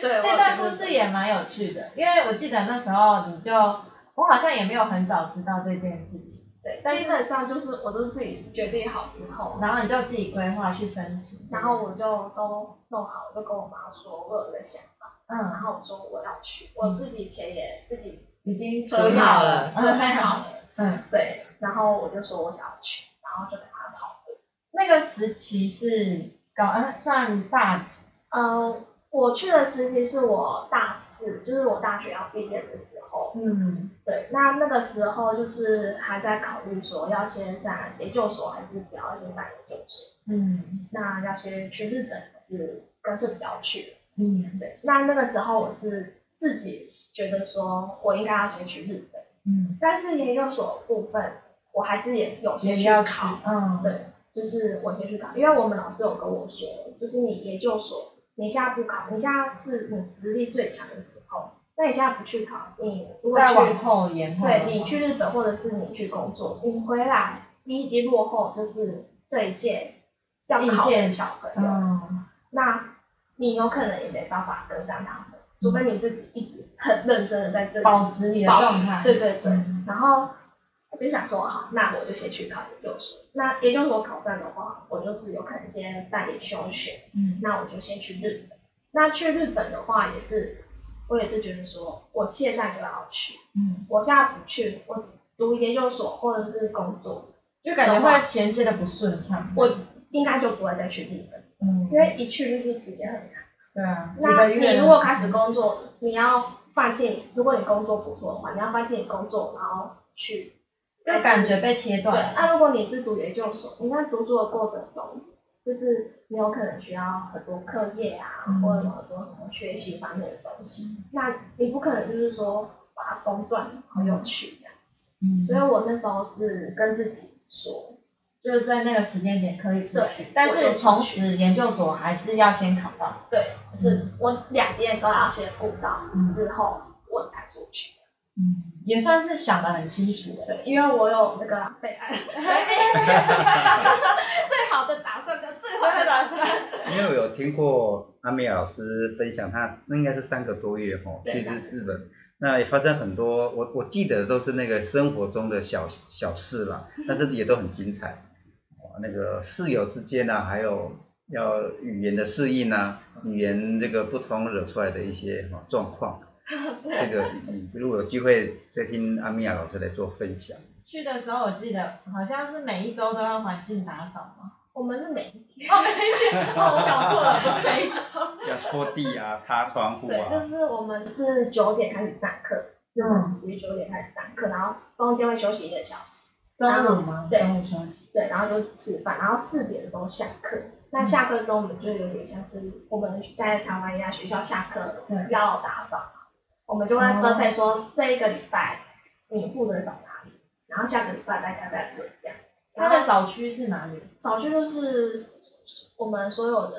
D: 对
A: 这段故事也蛮有趣的，因为我记得那时候你就，我好像也没有很早知道这件事情，
D: 对，但基本上就是我都自己决定好之后，
A: 然后你就自己规划去申请，
D: 然后我就都弄好，我就跟我妈说我有这个想法，然
A: 嗯，
D: 后我说我要去，我自己钱也自己
A: 已经
C: 准备好了
A: 嗯
D: 准备好了。
A: 嗯，
D: 对，然后我就说我想要去，然后就跟他讨论。
A: 那个时期是高，嗯，算大几，
D: 嗯，我去的时期是我大四，就是我大学要毕业的时候。
A: 嗯，
D: 对，那那个时候就是还在考虑说要先上研究所还是不要先上研究所，
A: 嗯，
D: 那要先去日本还是干脆不要去。
A: 嗯，
D: 对，那那个时候我是自己觉得说我应该要先去日本，
A: 嗯，
D: 但是研究所部分我还是也有先
A: 也
D: 去
A: 要去
D: 考。，
A: 嗯，
D: 对，就是我先去考，因为我们老师有跟我说，就是你研究所，你现在不考，你现在是你实力最强的时候，那你现在不去考，你如果
A: 再
D: 去，
A: 往后延后的话，
D: 对你去日本或者是你去工作，你回来你已经落后，就是这一届要考
A: 应
D: 的
A: 届
D: 小朋友，
A: 嗯，
D: 那你有可能也没办法跟上他们，除非你自己一直很认真的在这里
A: 保持你的
D: 保
A: 状
D: 持
A: 态，
D: 对对对，
A: 嗯
D: 然后我就想说，好，那我就先去考研究所。那研究所考上的话，我就是有可能先办理休学，
A: 嗯，
D: 那我就先去日本。那去日本的话，也是我也是觉得说，我现在就要去，
A: 嗯，
D: 我现在不去，我读研究所或者是工作，
A: 就感觉会衔接的不顺畅，
D: 我应该就不会再去日本，
A: 嗯，
D: 因为一去就是时间很长。
A: 对啊，几
D: 那
A: 个月
D: 你如果开始工作，你要放弃，如果你工作不错的话，你要放弃你工作，然后去
A: 就感觉被切
D: 对，
A: 断。
D: 那、如果你是读研究所，你在读书的过程中，就是你有可能需要很多课业啊，
A: 嗯
D: 或者很多什么学习方面的东西，那你不可能就是说把它中断，很有趣这样。
A: 嗯，
D: 所以我那时候是跟自己说，
A: 就是在那个时间点可以出
D: 对
A: 去，但
D: 我就是出去
A: 同时研究所还是要先考到。
D: 对，是我两边都要先顾到
A: 嗯，
D: 之后我才出去。
A: 嗯，也算是想得很清楚的。
D: 对，因为我有那个备案，最好的打算跟最坏的打算。
B: 因为我有听过阿米尔老师分享，他那应该是三个多月哈、
D: 对
B: 去日日本，那也发生很多，我我记得都是那个生活中的小小事啦，
D: 嗯
B: 但是也都很精彩。哦那个室友之间啊，还有要语言的适应啊，
D: 嗯
B: 语言这个不同惹出来的一些哈、状况，这个 你如果有机会再听阿米尔老师来做分享。
A: 去的时候我记得好像是每一周都要环境打扫嘛。
D: 我们是每一天，
A: 哦，每一天，哦，我搞错了，不是每一周。
B: 要拖地啊，擦窗户
D: 对，就
B: 啊，
D: 是我们是九点开始上课，日本属于九点开始上课，然后中间会休息一个小时，
A: 中午吗？
D: 对
A: 中午休息。
D: 对，然后就吃饭，然后四点的时候下课。那下课之后，我们就有点像是我们在台湾一样，学校下课
A: 对
D: 要打扫，我们就会分配说这一个礼拜你负责扫哪里，然后下个礼拜大家再轮这样。
A: 它的扫区是哪里？
D: 扫区就是我们所有的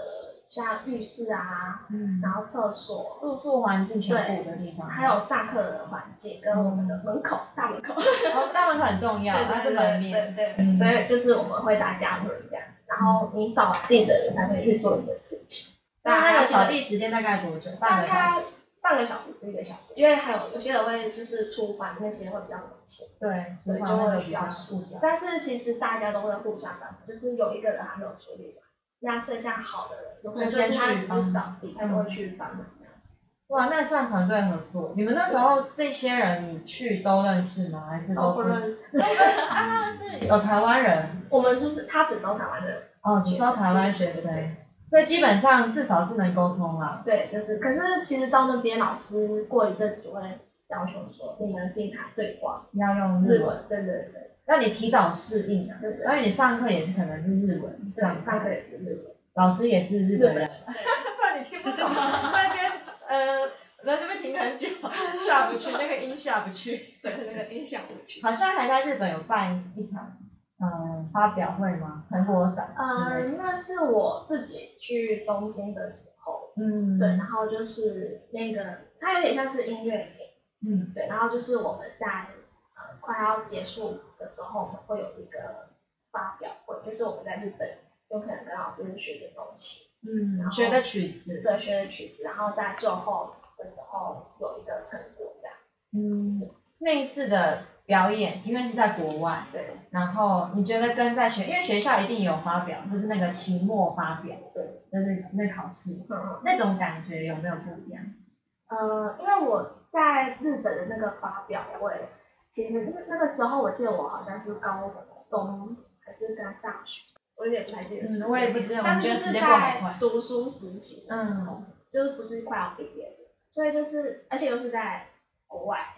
D: 像浴室啊，
A: 嗯
D: 然后厕所，
A: 住宿环境全部的地方。
D: 还有上课的环境跟我们的门口大门口，
A: 哦，大门口很重要，它是啊门面。
D: 对
A: 嗯
D: 对，所以就是我们会大家轮这样，然后你扫完地的人才会去做你的事情。
A: 那那个扫
D: 地
A: 地时间大概多久？半
D: 大
A: 个小
D: 概
A: 时。
D: 半个小时至一个小时，因为还有有些人会就是厨房那些会比较忙些，
A: 对，
D: 对，
A: 厨房
D: 就
A: 那个
D: 会
A: 比
D: 需
A: 较
D: 要
A: 复杂。
D: 但是其实大家都会互相帮忙，就是有一个人还没有处理完，那剩下好的人，有可能就是他只是扫地，他就会去帮忙这样。
A: 哇，那算团队合作。你们那时候这些人，你去都认识吗？还是
D: 哦，
A: 都
D: 不
A: 认识？
D: 认识，
A: 啊，他们是有台湾人
D: 我们就是他只招台湾人。
A: 哦，只收台湾学生，所以基本上至少是能沟通啦。
D: 对，就是，可是其实到那边老师过一阵子会要求说，你们定台对话，
A: 要用日
D: 日
A: 文，
D: 文，对对对
A: 那你提早适应啊，
D: 对对
A: 而且你上课也是可能是日文，
D: 对，上课也是日文，
A: 老师也是日本人，
D: 嗯 对，
A: 不然你听不懂， 那边呃，在这边停很久，下不去，那个音下不去。
D: 对那个音响舞曲。
A: 好像还在日本有办一场，嗯，发表会吗？成果展。
D: 嗯，那是我自己去东京的时候，
A: 嗯，
D: 对，然后就是那个，它有点像是音乐节，
A: 嗯，
D: 对，然后就是我们在呃快要结束的时候，我们会有一个发表会，就是我们在日本有可能跟老师学的东西，
A: 嗯，
D: 然后
A: 学的曲子，
D: 对，学的曲子，然后在最后的时候有一个成果这样。
A: 嗯，那一次的表演，因为是在国外，
D: 对
A: 然后你觉得跟在学，因为学校一定有发表，就是那个期末发表，
D: 对，
A: 就是那考试，
D: 嗯
A: 那种感觉有没有不一样？
D: 呃，因为我在日本的那个发表会，其实那那个时候我记得我好像是高中还是刚大学，我有点不太记得时间。
A: 嗯，我也不知道，我
D: 但是
A: 觉
D: 就
A: 得
D: 是
A: 时间过好快嗯
D: 在。读书时期的时候，就是不是快要毕业，所以就是而且又是在国外，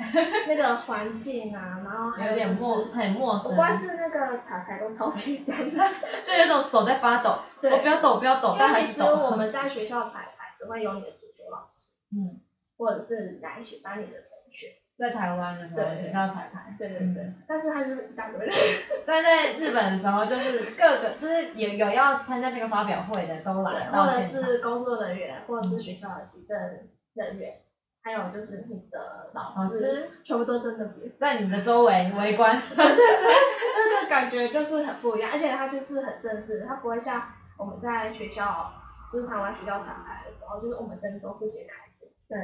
D: 那个环境啊，然后还
A: 有点
D: 就是
A: 陌，很陌生，
D: 光是那个彩排都超紧张的。
A: 就有一种手在发抖，
D: 对
A: 我不要抖，不要抖，
D: 因
A: 但
D: 为
A: 还
D: 其
A: 是
D: 实
A: 抖。
D: 我们在学校彩排只会有你的主角老师，
A: 嗯，
D: 或者是哪一些班里的同学，
A: 在台湾的时候
D: 对
A: 学校彩排，
D: 对对
A: 嗯
D: 对。但是他就是一大 堆人，
A: 但在日本的时候就是各个就是有有要参加这个发表会的都来
D: 或
A: 到
D: 者
A: 现场，嗯
D: 是工作人员，或者是学校的行政人员，还有就是你的老
A: 老
D: 师，
A: 师
D: 全部都在那 边。
A: 在你们的周围围 观，
D: 那个感觉就是很不一样，而且他就是很正式，他不会像我们在学校，就是台湾学校彩排的时候，就是我们灯都是写开着，
A: 对，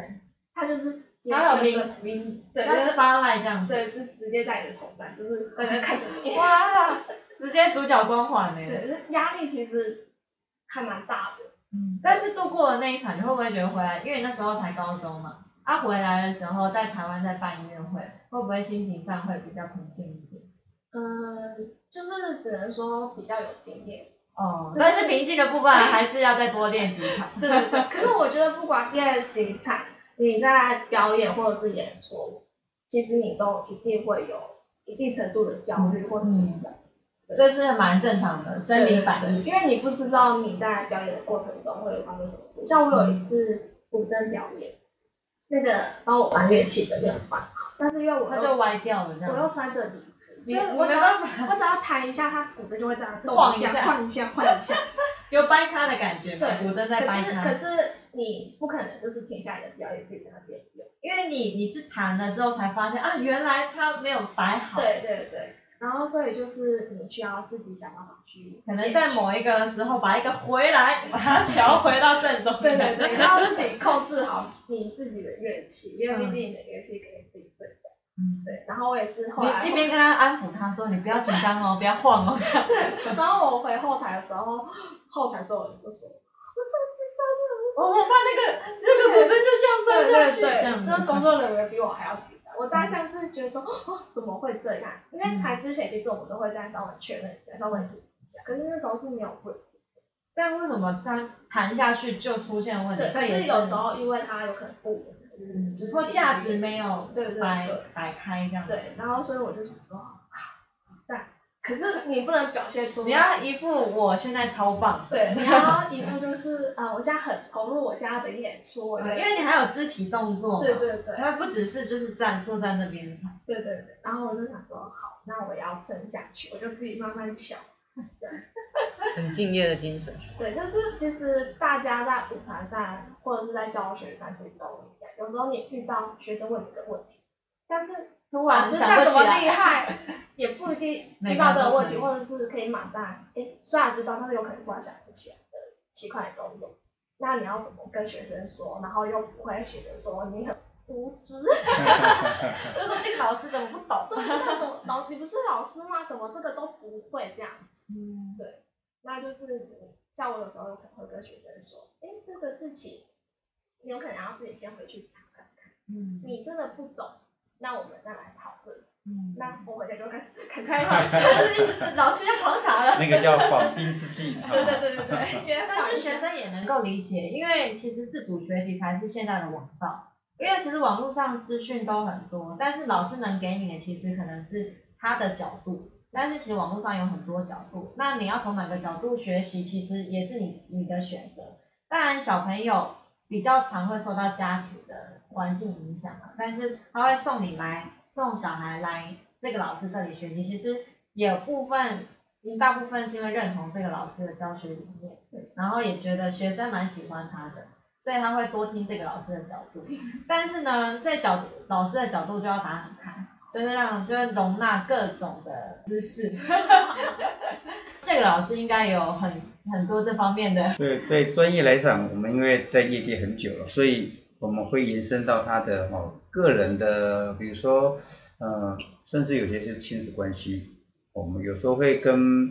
D: 他就是直接
A: 然后有
D: 对
A: 明明
D: 对
A: 要
D: 就是
A: 发赖这样子，
D: 对，就直接在你的头上，就是大家看着你。
A: 哇， 直接主角光环欸呢。
D: 对，压力其实还蛮大的。
A: 嗯，但是度过了那一场，你会不会觉得回来，因为你那时候才高中嘛，啊回来的时候在台湾在办音乐会，会不会心情上会比较平静一点？
D: 嗯，就是只能说比较有经验。
A: 哦，
D: 就是
A: 但是平静的部分还是要再多练几场。
D: 对对对。可是我觉得不管练几场，你在表演或者是演出，其实你都一定会有一定程度的焦虑或紧张，
A: 这是蛮正常的生理反应。
D: 因为你不知道你在表演的过程中会发生什么事。像我有一次古筝表演，那个帮我玩乐器的那个伴，但是因为我
A: 它
D: 又
A: 就歪掉了这
D: 我又
A: 样。
D: 穿着礼服，
A: 你
D: 所以我
A: 没
D: 只要
A: 办法
D: 我只要弹一下，它鼓的就会这样
A: 晃
D: 动
A: 一下
D: 晃一下，晃一下。
A: 有掰咖的感觉嘛？
D: 对，
A: 古筝在掰咖。
D: 可是可是你不可能就是停下来的表演自己在那边用。
A: 因为你你是弹了之后才发现啊，原来它没有摆好，
D: 对对对。然后所以就是你需要自己想办法去，
A: 可能在。某一个时候把一个回来，把它调回到正中。
D: 对 对对，然后自己控制好你自己的乐器，因为毕竟你的乐器可以自己最擅。
A: 嗯
D: 对，然后我也是后来
A: 你一边跟他安抚他说，你不要紧张哦，不要晃哦，这样。
D: 对， 然后我回后台的时候，后台所有人就说，我
A: 我我怕那个那个古筝就这样摔下去，
D: 最紧
A: 这样
D: 张了。对对对，
A: 子
D: 这个工作人员比我还要紧张。我当下是觉得说，哦，怎么会这样？因为台之前其实我们都会这样稍微确认一下，稍微理一下，可是那时候是没有问题。
A: 但为什么它弹下去就出现问题？
D: 对，可
A: 这也
D: 是有时候因为它有可能不稳，嗯，
A: 只不过价值没有
D: 对对对
A: 摆摆开这样子。
D: 对，然后所以我就想说，啊，但可是你不能表现出
A: 你要一副我现在超棒，
D: 对，你要一副就是啊、呃我现在很投入我家的演出，我觉得
A: 啊因为你还有肢体动作嘛，
D: 对对对
A: 它不只是就是站坐在那边弹。
D: 对对对，然后我就想说，好，那我也要撑下去，我就自己慢慢瞧。
C: 很敬业的精神。
D: 对，就是其实大家在舞台上或者是在教学上其实都一样，有时候你遇到学生问你的问题，但是
A: 突
D: 老
A: 然
D: 师
A: 想
D: 再
A: 不
D: 怎
A: 起
D: 么
A: 来
D: 厉害， 也不一定知道这个问题，或者是可以马上，哎，虽然知道，但是有可能突然想不起来的情况也都有。那你要怎么跟学生说，然后又不会显得说你很无知，
A: 就说这个老师怎么不懂？
D: 对，那种老你不是老师吗？怎么这个都不会这样子？
A: 嗯，
D: 那就是像我有时候有可能会跟学生说，哎，这个事情你有可能要自己先回去查看看，
A: 嗯
D: 你真的不懂，那我们再来讨论。
A: 嗯，
D: 那我回家就开始开
A: 开
D: 始
A: 放， 就是意思是老师要狂查了。
B: 那个叫缓兵之计。
D: 对对对对对，学
A: 但是学生也能够理解，因为其实自主学习才是现在的王道。因为其实网络上资讯都很多，但是老师能给你的其实可能是他的角度，但是其实网络上有很多角度，那你要从哪个角度学习，其实也是你你的选择。当然，小朋友比较常会受到家庭的环境影响嘛，但是他会送你来送小孩来这个老师这里学习，其实有部分，一大部分是因为认同这个老师的教学理念，然后也觉得学生蛮喜欢他的，所以他会多听这个老师的角度。但是呢，所以角老师的角度就要打很开，就是让就是容纳各种的知识。 这个老师应该有很很多这方面的，
B: 对对，专业来讲，我们因为在业界很久了，所以我们会延伸到他的哈、哦、个人的，比如说呃，甚至有些是亲子关系，我们有时候会跟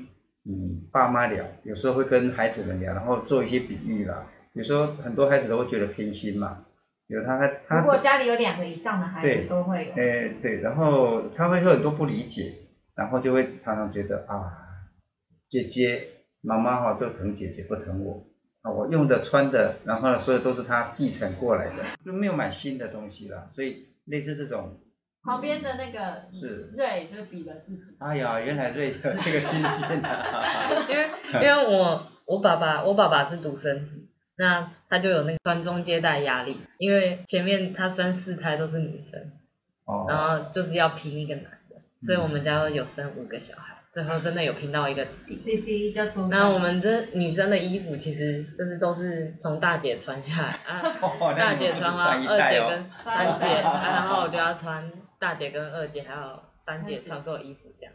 B: 嗯爸妈聊，有时候会跟孩子们聊，然后做一些比喻啦。比如说很多孩子都会觉得偏心嘛，比如他他他
A: 如果家里有两个以上的孩
B: 对哎
A: 子都会有。
B: 诶，对，然后他会有很多不理解，然后就会常常觉得啊，姐姐、妈妈哈、都疼姐姐不疼我啊，我用的、穿的，然后呢，所有都是他继承过来的，就没有买新的东西了，所以类似这种，
A: 旁边的那个
B: 是
A: 瑞就比了自己，
B: 哎呀，原来瑞有这个心境啊，
C: 因为因为我我爸爸我爸爸是独生子，那他就有那个传宗接代压力，因为前面他生四胎都是女生，然
B: 哦，
C: 后就是要拼一个男的，所以我们家有生五个小孩，最后真的有拼到一个弟。
A: 弟弟就出生。
C: 那我们这女生的衣服其实就是都是从大姐穿下来 啊，
B: 哦那
C: 大
B: 你
C: 姐
B: 们不是
C: 穿啊，
B: 穿一
C: 二
B: 代
C: 姐
B: 哦
C: 跟，三姐，啊然后我就要穿大姐跟二姐还有三姐穿过衣服这样。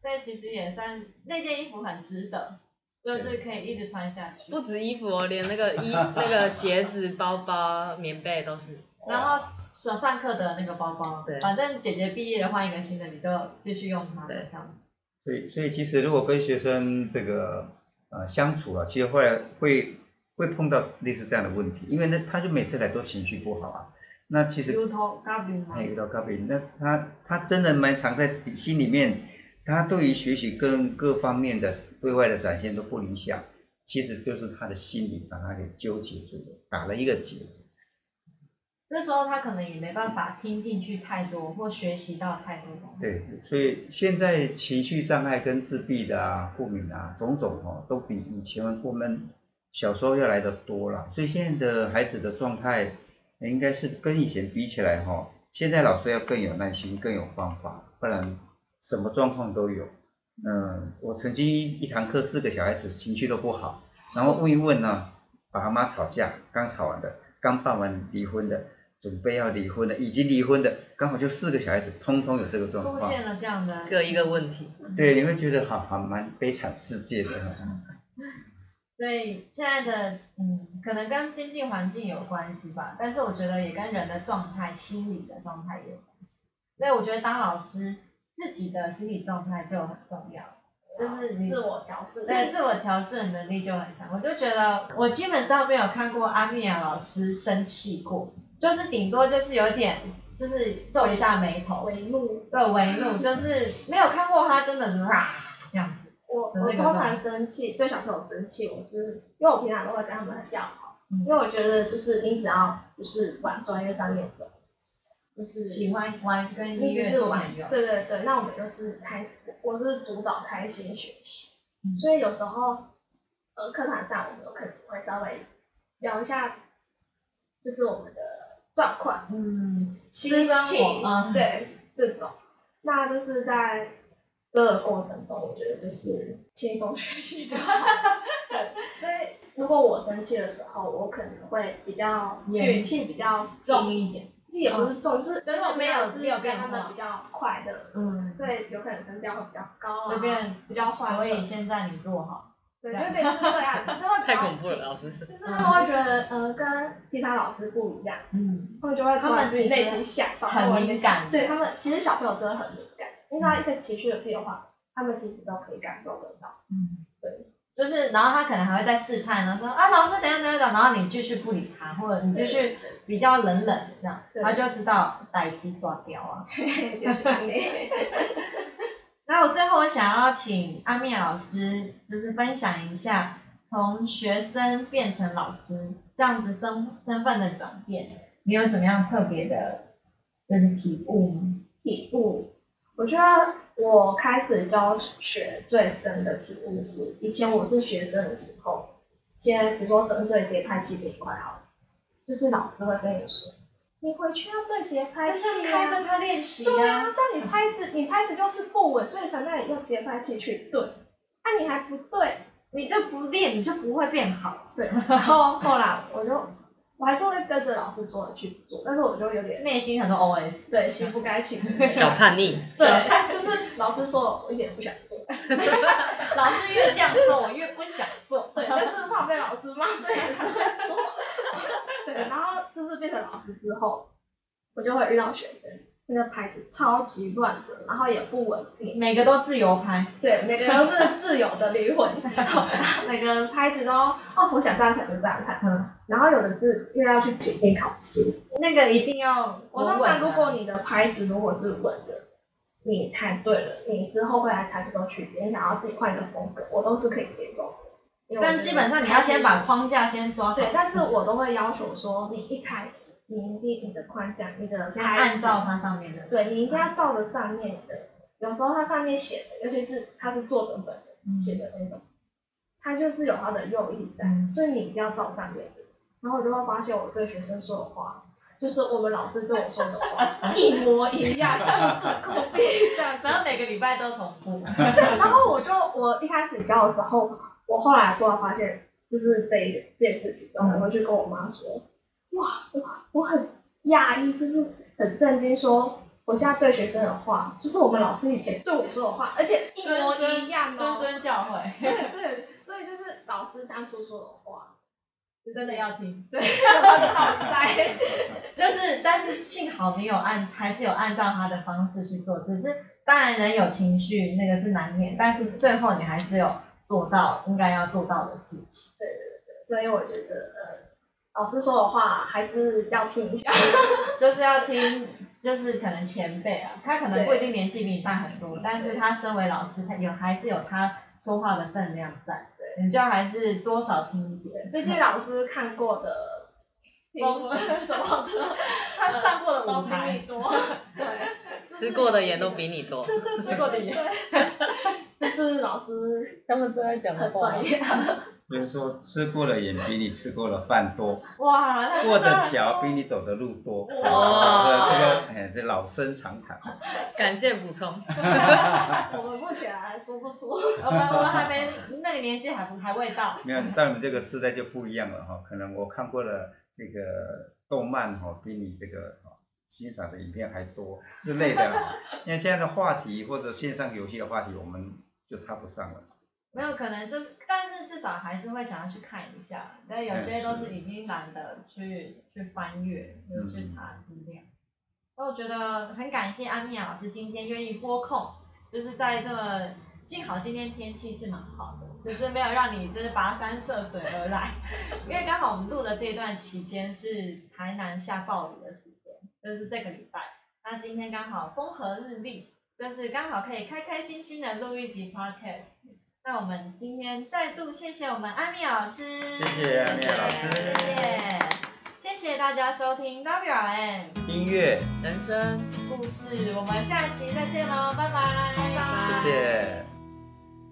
A: 所以其实也算那件衣服很值得，就是可以一直穿下去。
C: 不止衣服哦，连那个衣、那个鞋子、包包、棉被都是。
A: 然后上上课的那个包包，
C: 对
A: 反正姐姐毕业了换一个新的，你就继续用它，
C: 对
A: 这样子。
B: 所以所以其实如果跟学生这个呃相处啊，其实后来会会碰到类似这样的问题，因为呢他就每次来都情绪不好啊，那其实
A: U 头 g a b 吗
B: 那？遇到咖啡，那他他真的蛮常在心里面，他对于学习跟各方面的对外的展现都不理想，其实就是他的心理把他给纠结住了，打了一个结。
A: 这时候他可能也没办法听进去太多或学习到太多东西。
B: 对，所以现在情绪障碍跟自闭的啊、过敏啊，种种哦，都比以前我们小时候要来的多了。所以现在的孩子的状态，应该是跟以前比起来哈、哦，现在老师要更有耐心、更有方法，不然什么状况都有。嗯，我曾经一堂课四个小孩子情绪都不好，然后问一问呢，爸妈吵架，刚吵完的，刚办完离婚的，准备要离婚的，已经离婚的，刚好就四个小孩子，通通有这个状
A: 出
B: 况。
A: 现了这样的
C: 各一个问题。
B: 对，你会觉得好好蛮悲惨世界的。
A: 所以现在的嗯，可能跟经济环境有关系吧，但是我觉得也跟人的状态、心理的状态也有关系。所以我觉得当老师自己的心理状态就很重要，就是你
D: 自我调试。
A: 对自我调试的能力就很强。我就觉得我基本上没有看过阿米亚老师生气过，就是顶多就是有点就是皱一下眉头，
D: 为怒。
A: 对，为怒，就是没有看过他真的是啊这样子。
D: 我
A: 有
D: 我
A: 那个
D: 通常生气，对小朋友生气，我是因为我平常都会跟他们很要好，
A: 嗯
D: 因为我觉得就是你只要就是往专业上面走，就是
A: 喜欢玩跟音
D: 一直
A: 乐
D: 是
A: 做
D: 玩
A: 朋友，
D: 对对对，那我们就是开，我我是主导开心学习，
A: 嗯
D: 所以有时候呃课堂上我们有可能会稍微聊一下，就是我们的状况、
A: 嗯，
D: 心情，
A: 嗯，
D: 对这种，那就是在这个过程中，我觉得就是轻松学习就好。对，所以如果我生气的时候，我可能会比较
A: 严
D: 语气比较
A: 重，一点，
D: 也不是重，是
A: 就是没有
D: 是
A: 没有
D: 跟
A: 变
D: 他们
A: 化
D: 比较快乐。
A: 嗯，
D: 所以有可能声调会比较高啊，
A: 会变比较快乐，所
D: 所
A: 以
D: 以
A: 现在你做好，
D: 对，就会变成这 样，就会比较
C: 太恐怖了，，老师。
D: 就是他们会觉得呃跟其他老师不一样，
A: 嗯，
D: 他们就会
A: 他们
D: 突然自己
A: 其实
D: 内心吓到，
A: 很敏感，
D: 对他们其实小朋友真的很敏感，因为他一个情绪的变化，他们其实都可以感受得到，
A: 嗯，
D: 对，
A: 就是，然后他可能还会再试探，然后说啊，老师等一下等一下，然后你继续不理他，或者你继续比较冷冷这样，
D: 对
A: 他就知道逮鸡抓掉啊。
D: 就是这样
A: 那我最后想要请阿面老师，就是分享一下从学生变成老师这样子身身份的转变，你有什么样特别的，就是体悟吗？
D: 体悟。我觉得我开始教学最深的体悟是，以前我是学生的时候，先比如说针对节拍器这一块好了，就是老师会跟你说，你回去要对节拍
A: 就
D: 器、
A: 是
D: 啊、
A: 开着它练习
D: 对
A: 呀、
D: 啊，这样你拍子，你拍子就是不稳，所以才让你用节拍器去对，啊你还不对，
A: 你就不练，你就不会变好，
D: 对，然后后来我就，我还是会跟着老师说的去做，但是我就有点
A: 内心很多 OS。
D: 对心不该情不愿
C: 小叛逆，
D: 对，就是老师说了我一点也不想做，
A: 老师越这样说，我越不想做。
D: 对，但是怕被老师骂，所以还是会做。对，然后就是变成老师之后，我就会遇到学生，那个拍子超级乱的，然后也不稳定，
A: 每个都自由拍，
D: 对，每个人都是自由的灵魂，然后 每个人拍子都哦，我想这样看就这样看，
A: 嗯，
D: 然后有的是又要去检定考试。
A: 那个一定要啊
D: 我
A: 稳
D: 通
A: 稳
D: 常
A: 的
D: 如果你的拍子如果是稳的，你弹对了，你之后会来弹这首曲子，你想要自己换一个风格，我都是可以接受的。因为我
A: 但
D: 觉
A: 基
D: 得
A: 本上你要先把
D: 开始学习
A: 框架先抓好，
D: 对，但是我都会要求说，你一开始你一定你的框架，你的
A: 先
D: 拍
A: 按
D: 子
A: 照它上面的。
D: 对你一定要照着上面的，有时候它上面写的，尤其是它是做文本
A: 嗯
D: 的写的那种，它就是有它的用意在，
A: 嗯
D: 所以你一定要照上面的。然后我就会发现我对学生说的话，就是我们老师对我说的话 一模一样，复制复辟这样子。
A: 然后每个礼拜都重复。
D: 对，然后我就我一开始教的时候，我后来突然发现，就是这一这件事情之后，我会去跟我妈说，哇，我我很讶异，就是很震惊，说我现在对学生的话，就是我们老师以前对我说的话，而且一模一样
A: 谆
D: 哦。
A: 谆教 诲，
D: 对对，所以就是老师当初说的话，
A: 就真的要听。
D: 对，有他的道理在。
A: 就是，但是幸好你有按，还是有按照他的方式去做，只是当然人有情绪，那个是难免，但是最后你还是有做到应该要做到的事情。
D: 所以我觉得，呃，老师说的话还是要听一下。
A: 就是要听，就是可能前辈啊，他可能不一定年纪比你大很多，但是他身为老师，他有还是有他说话的分量在，
D: 对
A: 你就还是多少听一点。
D: 毕竟老师看过的
A: 风景什么的，他上过的
D: 都
A: 舞
D: 比你
A: 台，
D: 多。对，
C: 吃过的盐都比你多。
A: 对对，吃过的也
D: 就是老师
C: 他们最爱讲
D: 很专业。
B: 所以说吃过了眼比你吃过了饭多，
A: 哇，那
B: 过的桥比你走的路多。
C: 哇
B: 这个哎，这老生常谈。
C: 感谢补充。
D: 我们目前还说不出。
A: 我们我们还没那个年纪还不还未到，
B: 没有，你到你们这个时代就不一样了哈、可能我看过了这个动漫哈、比你这个、哦、欣赏的影片还多之类的啦。因为现在的话题或者线上游戏的话题，我们就插不上了。
A: 没有可能就是，但是至少还是会想要去看一下，但有些都是已经懒得去去翻阅，就是去查资料。所以我觉得很感谢安米老师今天愿意拨空，就是在这么幸好今天天气是蛮好的，只是没有让你就是跋山涉水而来， 因为刚好我们录的这段期间是台南下暴雨的时间，就是这个礼拜。那今天刚好风和日丽，就是刚好可以开开心心的录一集 podcast。那我们今天再度谢谢我们安米老师，
B: 谢谢安妮老师
A: 谢谢，谢谢大家收听 WRM
B: 音乐，
C: 人生。
A: 故事，我们下期再见喽，拜拜，拜
B: 再见。